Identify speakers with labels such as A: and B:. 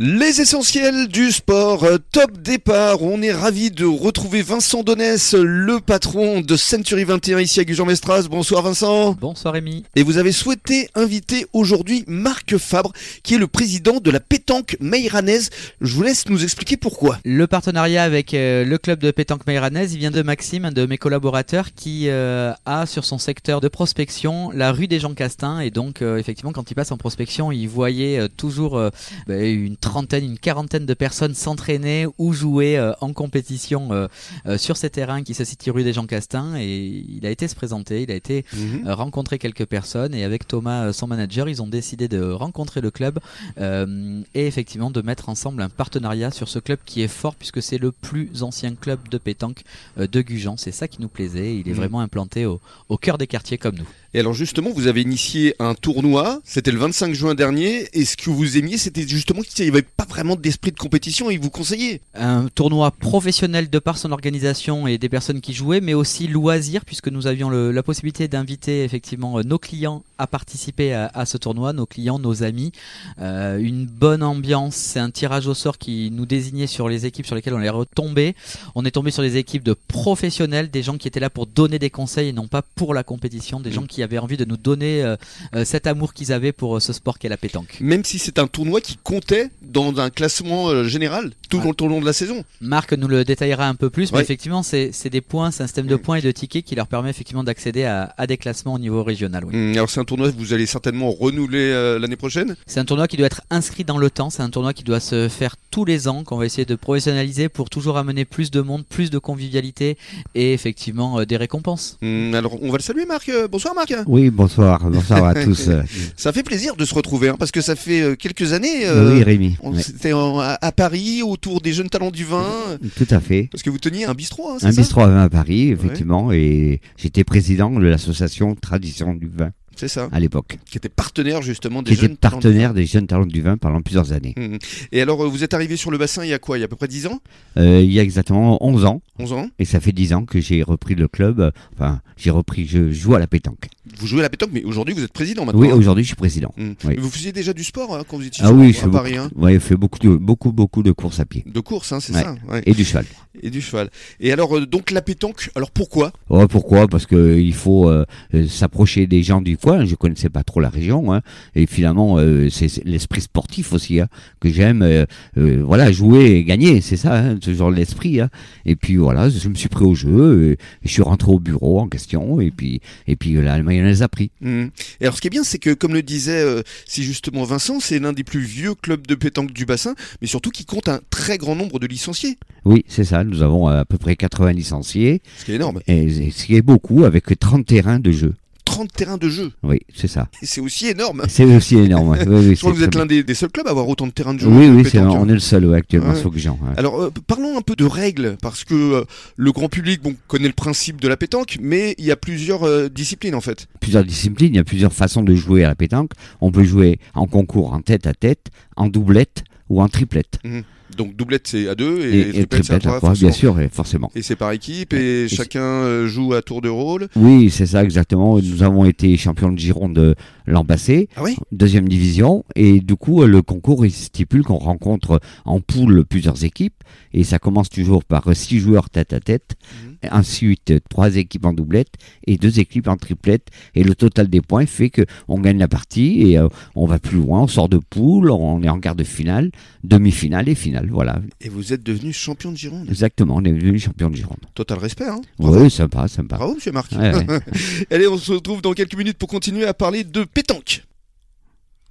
A: Les essentiels du sport, euh, top départ. On est ravi de retrouver Vincent Donès, le patron de Century 21 ici à Gujan-Mestras. Bonsoir Vincent.
B: Bonsoir Rémi.
A: Et vous avez souhaité inviter aujourd'hui Marc Fabre, qui est le président de la pétanque meiranaise. Je vous laisse nous expliquer pourquoi.
B: Le partenariat avec euh, le club de pétanque mairanaise, il vient de Maxime, un de mes collaborateurs, qui euh, a sur son secteur de prospection la rue des Jean Castin. Et donc, euh, effectivement, quand il passe en prospection, il voyait euh, toujours euh, bah, une trentaine, une quarantaine de personnes s'entraîner ou jouer euh, en compétition euh, euh, sur ces terrains qui se situent rue des Jean Castin. Et il a été se présenter, il a été
A: Mhm.
B: euh, rencontrer quelques personnes et avec Thomas, euh, son manager, ils ont décidé de rencontrer le club euh, et effectivement de mettre ensemble un partenariat sur ce club qui est fort puisque c'est le plus ancien club de pétanque euh, de Gujan. C'est ça qui nous plaisait. Il est
A: Mhm.
B: vraiment implanté au, au cœur des quartiers comme nous.
A: Et alors justement, vous avez initié un tournoi, c'était le 25 juin dernier, et ce que vous aimiez, c'était justement qu'il n'y avait pas vraiment d'esprit de compétition et vous conseillez.
B: Un tournoi professionnel de par son organisation et des personnes qui jouaient, mais aussi loisir puisque nous avions le- la possibilité d'inviter effectivement euh, nos clients à participer à, à ce tournoi, nos clients, nos amis. Euh, une bonne ambiance, c'est un tirage au sort qui nous désignait sur les équipes sur lesquelles on est retombé. On est tombé sur des équipes de professionnels, des gens qui étaient là pour donner des conseils et non pas pour la compétition, des
A: Mm.
B: gens qui avaient envie de nous donner euh, euh, cet amour qu'ils avaient pour euh, ce sport qu'est la pétanque.
A: Même si c'est un tournoi qui comptait dans un classement euh, général tout
B: Ouais.
A: au long de la saison.
B: Marc nous le détaillera un peu plus, mais
A: Ouais.
B: effectivement, c'est c'est des points, c'est un système de
A: Mm.
B: points et de tickets qui leur permet effectivement d'accéder à, à des classements au niveau régional. oui.
A: Hum, Alors c'est un tournoi que vous allez certainement renouveler euh, l'année prochaine.
B: C'est un tournoi qui doit être inscrit dans le temps, c'est un tournoi qui doit se faire tous les ans, qu'on va essayer de professionnaliser pour toujours amener plus de monde, plus de convivialité et effectivement euh, des récompenses.
A: Hum, Alors on va le saluer Marc. Euh, Bonsoir Marc.
C: Oui, bonsoir, bonsoir à tous. Euh,
A: Ça fait plaisir de se retrouver hein, parce que ça fait euh, quelques années.
C: Oui,
A: euh,
C: Rémi.
A: on-
C: Ouais,
A: C'était en- à à Paris autour des jeunes talents du vin. euh,
C: Tout à fait.
A: Parce que vous teniez un bistrot, hein, c'est
C: Un
A: ça
C: bistrot à vin à Paris, effectivement, et j'étais président de l'association Tradition du vin
A: C'est ça.
C: à l'époque,
A: Qui était partenaire justement des
C: qui était
A: jeunes talents du vin.
C: partenaire des jeunes talents du vin pendant plusieurs années.
A: Hum. Et alors, euh, vous êtes arrivé sur le bassin il y a quoi Il y a à peu près 10 ans
C: Euh, il y a exactement 11 ans,
A: 11 ans
C: et ça fait 10 ans que j'ai repris le club, euh, enfin, j'ai repris, je joue à la pétanque.
A: Vous jouez à la pétanque, mais aujourd'hui, vous êtes président maintenant.
C: Oui,
A: hein.
C: aujourd'hui, je suis président.
A: Hum.
C: oui.
A: Vous faisiez déjà du sport hein, quand vous étiez
C: Ah
A: sur-
C: oui, je
A: à
C: fais
A: Paris. hein.
C: beaucoup, ouais, je fais beaucoup de, beaucoup, beaucoup de courses à pied.
A: De course, hein, c'est
C: Ouais.
A: ça ouais.
C: Et du cheval.
A: Et du cheval. Et alors, euh, donc la pétanque, alors pourquoi
C: Oh, pourquoi Parce que il faut euh, euh, s'approcher des gens du coin. Je connaissais pas trop la région, hein. et finalement euh, c'est c'est l'esprit sportif aussi hein, que j'aime. euh, euh, voilà, jouer et gagner, c'est ça, hein, ce genre d'esprit. hein. Et puis voilà, je me suis pris au jeu. euh, je suis rentré au bureau en question, et puis et puis euh, la mayonnaise a pris.
A: Hum. Et alors, ce qui est bien, c'est que, comme le disait euh, si justement Vincent, c'est l'un des plus vieux clubs de pétanque du bassin, mais surtout qui compte un très grand nombre de licenciés,
C: Oui, c'est ça. Nous avons euh, à peu près 80 licenciés,
A: ce qui est énorme.
C: et, et ce qui est beaucoup avec 30 terrains de jeu.
A: 30 terrains de jeu,
C: Oui, c'est ça.
A: Et c'est aussi énorme.
C: C'est aussi énorme. hein. Oui,
A: Je
C: oui,
A: crois
C: c'est
A: que vous êtes
C: très
A: l'un des, des seuls clubs à avoir autant de terrains de
C: bien.
A: jeu.
C: Oui,
A: de
C: oui, c'est-
A: pétanque, hein.
C: on est le seul ouais, actuellement
A: Ouais.
C: sur Gujan. hein.
A: Alors, euh, parlons un peu de règles, parce que euh, le grand public bon, connaît le principe de la pétanque, mais il y a plusieurs euh, disciplines en fait.
C: plusieurs disciplines, il y a plusieurs façons de jouer à la pétanque. On peut jouer en concours, en tête à tête, en doublette ou en triplette.
A: Donc, doublette c'est à deux
C: Et,
A: et,
C: et
A: triplette c'est à trois,
C: bien
A: forcément.
C: sûr, et forcément.
A: Et c'est par équipe,
C: Et-
A: et,
C: et c'est-
A: chacun euh, joue à tour de rôle.
C: Oui, c'est ça exactement. Nous avons été champions de Gironde l'an passé,
A: Ah oui
C: deuxième division, et du coup euh, le concours il stipule qu'on rencontre en poule plusieurs équipes, et ça commence toujours par euh, six joueurs tête à tête,
A: Mhm.
C: ensuite euh, trois équipes en doublette et deux équipes en triplette, et le total des points fait que on gagne la partie et euh, on va plus loin, on sort de poule, on est en quart de finale, demi-finale et finale, voilà.
A: Et vous êtes devenu champion de Gironde.
C: Exactement, on est devenu champion de Gironde.
A: Total respect, hein Bravo.
C: Oui, sympa, sympa.
A: Bravo, monsieur Marc.
C: Ouais, ouais.
A: Allez, on se retrouve dans quelques minutes pour continuer à parler de pétanque.